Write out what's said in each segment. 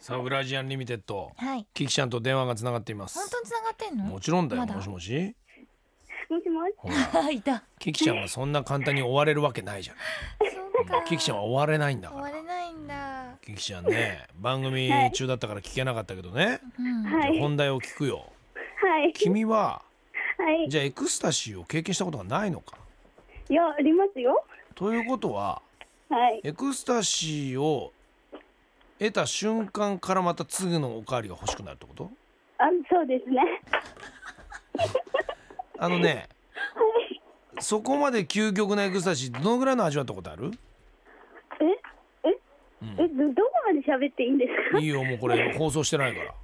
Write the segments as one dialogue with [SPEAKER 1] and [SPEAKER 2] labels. [SPEAKER 1] サブラジアンリミテッド
[SPEAKER 2] はい。
[SPEAKER 1] キキちゃんと電話がつながっていま
[SPEAKER 2] 本
[SPEAKER 1] す
[SPEAKER 2] 当に繋がってんの？
[SPEAKER 1] もちろんだよ
[SPEAKER 2] まだ
[SPEAKER 1] もしもし
[SPEAKER 3] もしもし。
[SPEAKER 1] ほら
[SPEAKER 2] いた。
[SPEAKER 1] キキちゃんはそんな簡単に追われるわけないじ ゃ
[SPEAKER 2] そうか
[SPEAKER 1] ん。キキちゃんは追われないんだか
[SPEAKER 2] 終わ
[SPEAKER 1] ら
[SPEAKER 2] れないんだ。
[SPEAKER 1] キキちゃん ね番組中だったから聞けなかったけどね
[SPEAKER 2] うん。
[SPEAKER 3] はい
[SPEAKER 1] じゃあ本題を聞くよ
[SPEAKER 3] はい。
[SPEAKER 1] 君は
[SPEAKER 3] はい。
[SPEAKER 1] じゃあエクスタシーを経験したことがないのか
[SPEAKER 3] いや、ありますよ。
[SPEAKER 1] ということは
[SPEAKER 3] はい。
[SPEAKER 1] エクスタシーを得た瞬間からまた次のおかわりが欲しくなるってこと
[SPEAKER 3] あ、そうですね。
[SPEAKER 1] あのねそこまで究極なエクスタシーどのぐらいの味わったことある
[SPEAKER 3] え、え、え、ど、どこまで喋っていいんですか
[SPEAKER 1] いいよもうこれ放送してないから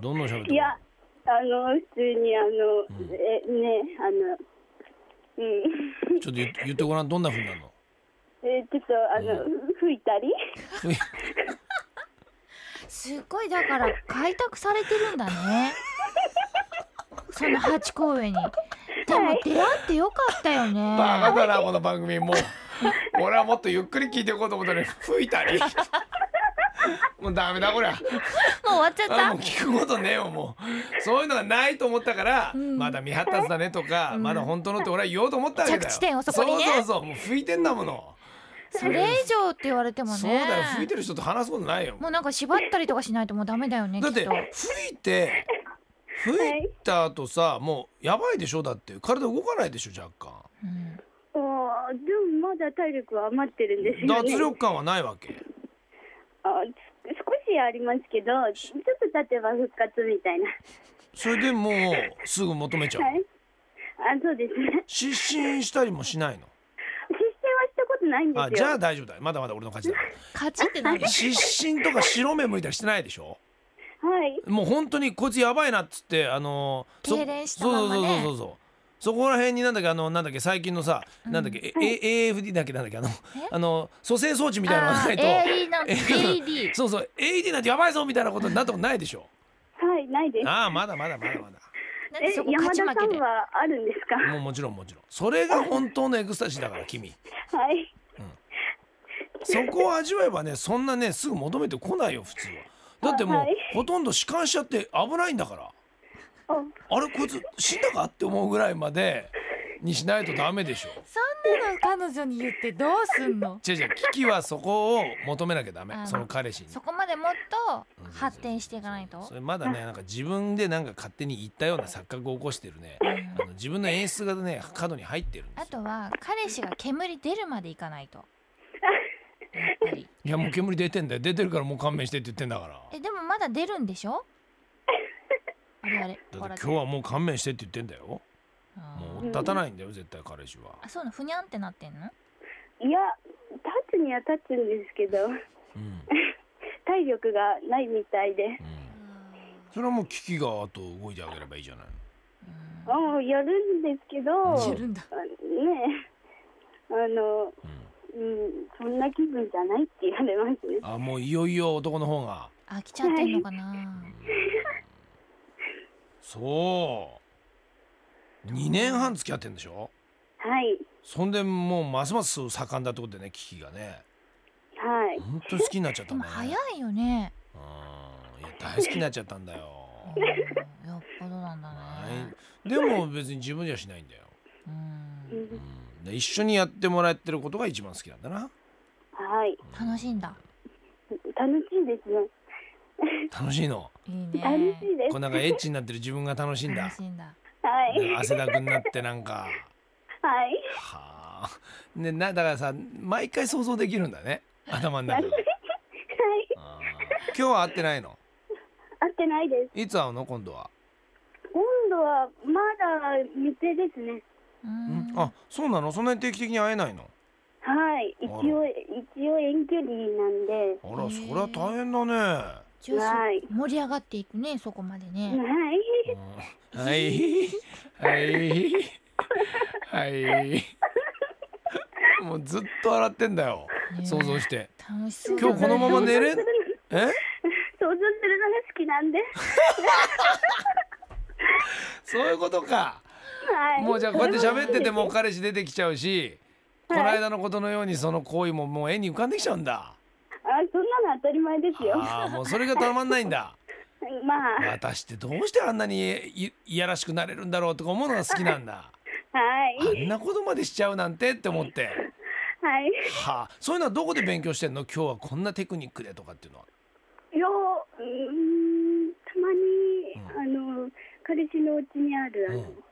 [SPEAKER 1] どんどん喋って
[SPEAKER 3] いや、あの、普通に、あの、え、ね、あの、うん。
[SPEAKER 1] ちょっと言って言ってごらんどんな風になるの
[SPEAKER 3] え、ちょっと、あの、吹いたり。
[SPEAKER 2] すっごいだから開拓されてるんだね。その八公園に。でも出会ってよかった よ
[SPEAKER 1] バカ
[SPEAKER 2] ね。
[SPEAKER 1] だなこの番組もう俺はもっとゆっくり聞いていこうと思ったのに吹いたりもうダメだこりゃ
[SPEAKER 2] もう終わっちゃっ
[SPEAKER 1] あもう
[SPEAKER 2] た。
[SPEAKER 1] 聞くことねえよもうそういうのがないと思ったから、まだ未発達だねとか、まだ本当のって俺は言おうと思ったわけだよ
[SPEAKER 2] 着地点をそこにね
[SPEAKER 1] そうそうそうもう吹いてんだもの
[SPEAKER 2] それ以上って言われてもね。
[SPEAKER 1] そうだよ吹いてる人と話すことないよ
[SPEAKER 2] もうなんか縛ったりとかしないともうダメだよね。
[SPEAKER 1] だって
[SPEAKER 2] きっと
[SPEAKER 1] 吹いて吹いた後さもうやばいでしょだって体動かないでしょ若干
[SPEAKER 2] うん
[SPEAKER 3] おーでも、まだ体力は余ってるんですよ、ね。
[SPEAKER 1] 脱力感はないわけ
[SPEAKER 3] あす少しありますけど、ちょっと経てば復活みたいな。
[SPEAKER 1] それでもうすぐ求めちゃう
[SPEAKER 3] はい。あ、そうですね。
[SPEAKER 1] 失神したりもしないの
[SPEAKER 3] 失神はしたことないんですよ。
[SPEAKER 1] あじゃあ大丈夫だまだまだ俺の勝ちだ
[SPEAKER 2] 勝ちって何？
[SPEAKER 1] 失神とか白目向いたりしてないでしょ
[SPEAKER 3] はい。
[SPEAKER 1] もう本当にこいつやばいなっつってあのーそ
[SPEAKER 2] 痙攣したまんまね
[SPEAKER 1] そうそうそうそうそうそこら辺になんだっけあのなんだっけ最近のさ、なんだっけ、A AFD だっけなんだっけあのあの蘇生装置みたいなのがないと
[SPEAKER 2] あー AD なん AD
[SPEAKER 1] そうそう AED なんてやばいぞみたいなことになったことないでしょ
[SPEAKER 3] はい、ないで す。
[SPEAKER 1] ああまだまだまだまだ
[SPEAKER 2] なんで
[SPEAKER 3] え、
[SPEAKER 2] そこ
[SPEAKER 3] 山
[SPEAKER 2] 勝
[SPEAKER 3] 田
[SPEAKER 2] ち
[SPEAKER 3] さん
[SPEAKER 2] 負けで。
[SPEAKER 3] はあるんですか。
[SPEAKER 1] もうもちろんもちろんそれが本当のエクスタシーだから君
[SPEAKER 3] はい。
[SPEAKER 1] そこを味わえばねそんなねすぐ求めてこないよ普通はだってもう、
[SPEAKER 3] はい
[SPEAKER 1] ほとんど弛緩しちゃって危ないんだから
[SPEAKER 3] お、
[SPEAKER 1] あれこいつ死んだかって思うぐらいまでにしないとダメでしょ
[SPEAKER 2] そんなの彼女に言ってどうすんの？
[SPEAKER 1] 違う違う危機はそこを求めなきゃダメ
[SPEAKER 2] あー
[SPEAKER 1] その彼氏に
[SPEAKER 2] そこまでもっと発展していかないと。
[SPEAKER 1] それまだねなんか自分でなんか勝手に言ったような錯覚を起こしてるねあの自分の演出がね角に入ってるんで
[SPEAKER 2] あ
[SPEAKER 1] すよ
[SPEAKER 2] とは彼氏が煙出るまで行かないと。やっぱ り
[SPEAKER 1] いやもう煙出てんだよ出てるからもう勘弁してって言ってんだから
[SPEAKER 2] えでもまだ出るんでしょ？あれあれ。
[SPEAKER 1] だ
[SPEAKER 2] ほ
[SPEAKER 1] って今
[SPEAKER 2] ら
[SPEAKER 1] 日はもう勘弁してって言ってんだよも
[SPEAKER 2] あー
[SPEAKER 1] う立たないんだよ絶対彼氏は
[SPEAKER 2] あそうなのふにゃんってなってんの？
[SPEAKER 3] いや、立つには立つんですけど、
[SPEAKER 1] うん
[SPEAKER 3] 体力がないみたいで。
[SPEAKER 1] それはもう危機があと動いてあげればいいじゃない
[SPEAKER 3] うん、やるんですけど。
[SPEAKER 1] や
[SPEAKER 2] るんだ
[SPEAKER 3] あねえ。あの、うん、そんな気分じゃないって言われますね。
[SPEAKER 1] あもういよいよ男の方が
[SPEAKER 2] 飽きちゃってんのかな。
[SPEAKER 1] そう2年半付き合ってんでしょ
[SPEAKER 3] はい。
[SPEAKER 1] そんでもうますます盛んだってことでね危機がね
[SPEAKER 3] はい。
[SPEAKER 1] 本当に好きになっちゃった
[SPEAKER 2] で
[SPEAKER 1] ん
[SPEAKER 2] も
[SPEAKER 1] だね
[SPEAKER 2] 早い よね。
[SPEAKER 1] うんいや大好きになっちゃったんだよ
[SPEAKER 2] うんよっぽどなんだ
[SPEAKER 1] は
[SPEAKER 2] ね。
[SPEAKER 1] いでも別に自分じゃしないんだよ
[SPEAKER 2] うん
[SPEAKER 1] うんで一緒にやってもらってることが一番好きなんだな
[SPEAKER 3] はい。
[SPEAKER 2] 楽しいんだ。
[SPEAKER 3] 楽しいですね。
[SPEAKER 1] 楽しいの
[SPEAKER 2] いい
[SPEAKER 3] 楽
[SPEAKER 2] ね。
[SPEAKER 3] しいです
[SPEAKER 1] こう。なんかエッチになってる自分が楽しいんだ
[SPEAKER 2] 楽しいんだ。
[SPEAKER 3] はい。
[SPEAKER 1] なんか汗だくになってなんか
[SPEAKER 3] はい。
[SPEAKER 1] はあねなだからさ毎回想像できるんだね頭の中で
[SPEAKER 3] はい。
[SPEAKER 1] あー今日は会ってないの
[SPEAKER 3] 合ってないです。
[SPEAKER 1] いつ会うの今度は、
[SPEAKER 3] 今度はまだ未定ですね。
[SPEAKER 2] う
[SPEAKER 1] うん
[SPEAKER 2] ん、
[SPEAKER 1] あそうなのそんなに定期的に会えないの
[SPEAKER 3] はい、一
[SPEAKER 1] あ
[SPEAKER 3] 応一応遠距離なんで、
[SPEAKER 1] あら
[SPEAKER 2] へ
[SPEAKER 1] そ
[SPEAKER 2] ー
[SPEAKER 1] りゃ大変だね
[SPEAKER 2] じゃあそ
[SPEAKER 3] はい
[SPEAKER 2] 盛り上がっていくねそこまでね。
[SPEAKER 3] はい、
[SPEAKER 1] うんはいはいはいもうずっと笑ってんだよ
[SPEAKER 2] ね
[SPEAKER 1] 想像して
[SPEAKER 2] 楽しそうだね。
[SPEAKER 1] 今日このまま寝れえ
[SPEAKER 3] 想像するのが好きなんで、
[SPEAKER 1] そういうことか
[SPEAKER 3] はい、
[SPEAKER 1] もうじゃあこうやって喋ってても彼氏出てきちゃうし、この間のことのようにその行為ももう絵に浮かんできちゃうんだ。
[SPEAKER 3] あそんなの当たり前ですよ。
[SPEAKER 1] ああもうそれがたまんないんだ
[SPEAKER 3] まあ、
[SPEAKER 1] 私ってどうしてあんなにいいやらしくなれるんだろうとか思うのが好きなんだ
[SPEAKER 3] はい
[SPEAKER 1] あ、んなことまでしちゃうなんてって思って
[SPEAKER 3] はい。
[SPEAKER 1] はあそういうのはどこで勉強してんの今日はこんなテクニックでとかっていうのはい
[SPEAKER 3] や、うーん、たまに、あの、彼氏のお家にある、あの、
[SPEAKER 1] うん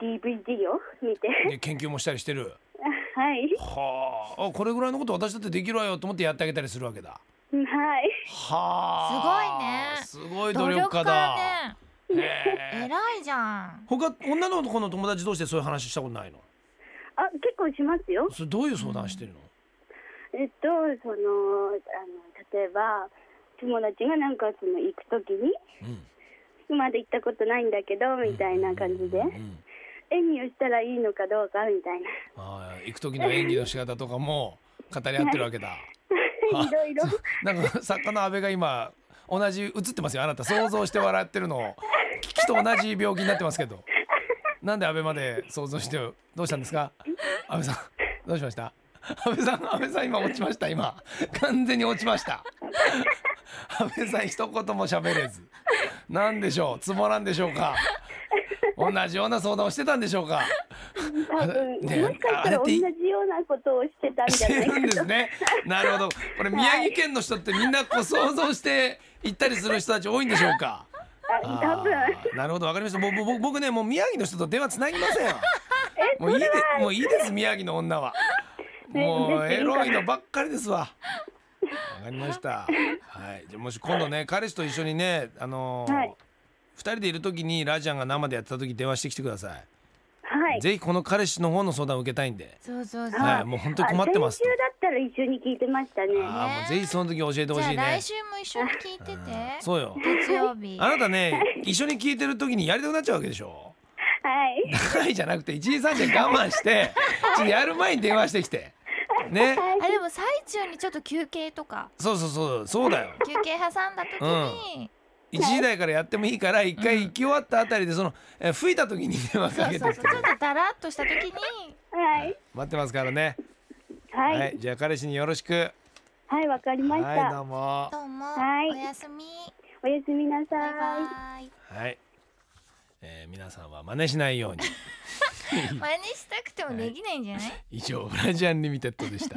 [SPEAKER 3] DVD を見て、
[SPEAKER 1] で研究もしたりしてる
[SPEAKER 3] はい、
[SPEAKER 1] はああこれぐらいのこと私だってできるわよと思ってやってあげたりするわけだ
[SPEAKER 3] はい。
[SPEAKER 1] はあ
[SPEAKER 2] す
[SPEAKER 1] ごいねすごい
[SPEAKER 2] 努
[SPEAKER 1] 努
[SPEAKER 2] 力
[SPEAKER 1] 力家
[SPEAKER 2] 家
[SPEAKER 1] だ
[SPEAKER 2] ね
[SPEAKER 1] へえ
[SPEAKER 2] 偉いじゃん
[SPEAKER 1] 他女の子の友達同士でそういう話したことないの
[SPEAKER 3] あ、結構しますよ。
[SPEAKER 1] それどういう相談してるの、
[SPEAKER 3] えっと、その、あの、例えば、友達がなんか、その、行くときに、
[SPEAKER 1] うん
[SPEAKER 3] まだ行ったことないんだけど、みたいな感じで、
[SPEAKER 1] うん
[SPEAKER 3] 演技をしたらいいのかどうか、みた いな。
[SPEAKER 1] ああ行く時の演技の仕方とかも語り合ってるわけだ
[SPEAKER 3] いろいろ。
[SPEAKER 1] なんか作家の安倍が今同じ映ってますよあなた想像して笑ってるのを危機と同じ病気になってますけどなんで安倍まで想像してどうしたんですか安倍さんどうしました安倍さん安倍さん今落ちました今完全に落ちました安倍さん一言も喋れずなんでしょうつぼなんでしょうか同じような相談をしてたんでしょうか
[SPEAKER 3] 多分、
[SPEAKER 1] ね
[SPEAKER 3] もしかしたら
[SPEAKER 1] あれっ
[SPEAKER 3] 同
[SPEAKER 1] て
[SPEAKER 3] じ
[SPEAKER 1] い
[SPEAKER 3] ようなことをしてたんじ
[SPEAKER 1] し
[SPEAKER 3] ゃ
[SPEAKER 1] て
[SPEAKER 3] ない
[SPEAKER 1] るん
[SPEAKER 3] か
[SPEAKER 1] ですね。なるほど。これ宮城県の人ってみんなこう想像して行ったりする人たち多いんでしょうか。
[SPEAKER 3] あ多分
[SPEAKER 1] あーなるほどわかりました。もう僕僕ねもう宮城の人と電話つなぎませんよ。もういいでもういいです宮城の女は。
[SPEAKER 3] ね
[SPEAKER 1] もう
[SPEAKER 3] 別にいい
[SPEAKER 1] エ
[SPEAKER 3] かな
[SPEAKER 1] ロいのばっかりですわ。わかりました。はい。じゃあもし今度ね彼氏と一緒にねあのー
[SPEAKER 3] はい
[SPEAKER 1] 二人でいるときにラジアンが生でやってたとき電話してきてくださ
[SPEAKER 3] はい
[SPEAKER 1] い。。ぜひこの彼氏の方の相談を受けたいんで。
[SPEAKER 2] そうそうそう、
[SPEAKER 1] はい。もう本当に困ってます
[SPEAKER 3] あ。先週だったら一緒に聞いてましたね。
[SPEAKER 1] あーもうぜひその時教えてほ
[SPEAKER 2] じゃ
[SPEAKER 1] し
[SPEAKER 2] あ
[SPEAKER 1] いね
[SPEAKER 2] 来。週も一緒に聞いてて
[SPEAKER 1] うんそうよ。
[SPEAKER 2] 月曜日
[SPEAKER 1] あなたね、一緒に聞いてる時にやりたくなっちゃうわけでしょ。
[SPEAKER 3] はい。
[SPEAKER 1] はいじゃなくて一時三時は我慢して、ちょっとやる前に電話してきて。ね。
[SPEAKER 2] あでも最中にちょっと休憩とか
[SPEAKER 1] そうそうそうそうだよ。
[SPEAKER 2] 休憩挟んだ時に、
[SPEAKER 1] 一時台からやってもいいから一回行き終わったあたりでその、えー吹いた時に電話
[SPEAKER 2] そ
[SPEAKER 1] かけ
[SPEAKER 2] う
[SPEAKER 1] て
[SPEAKER 2] そうそうちょっとだらっとした時に
[SPEAKER 3] はい。
[SPEAKER 1] 待ってますからね。
[SPEAKER 3] はい。はい、
[SPEAKER 1] じゃあ彼氏によろしく。
[SPEAKER 3] わ、かりました。
[SPEAKER 1] はいどうも。
[SPEAKER 2] どうも、
[SPEAKER 3] はい
[SPEAKER 2] おやすみ
[SPEAKER 3] おやすみなさ
[SPEAKER 2] バイバ
[SPEAKER 3] い。
[SPEAKER 2] イ
[SPEAKER 1] はい。えー皆さんは真似しないように。
[SPEAKER 2] 真似したくてもできないんじゃない
[SPEAKER 1] 以上ブラジアンリミテッドでした。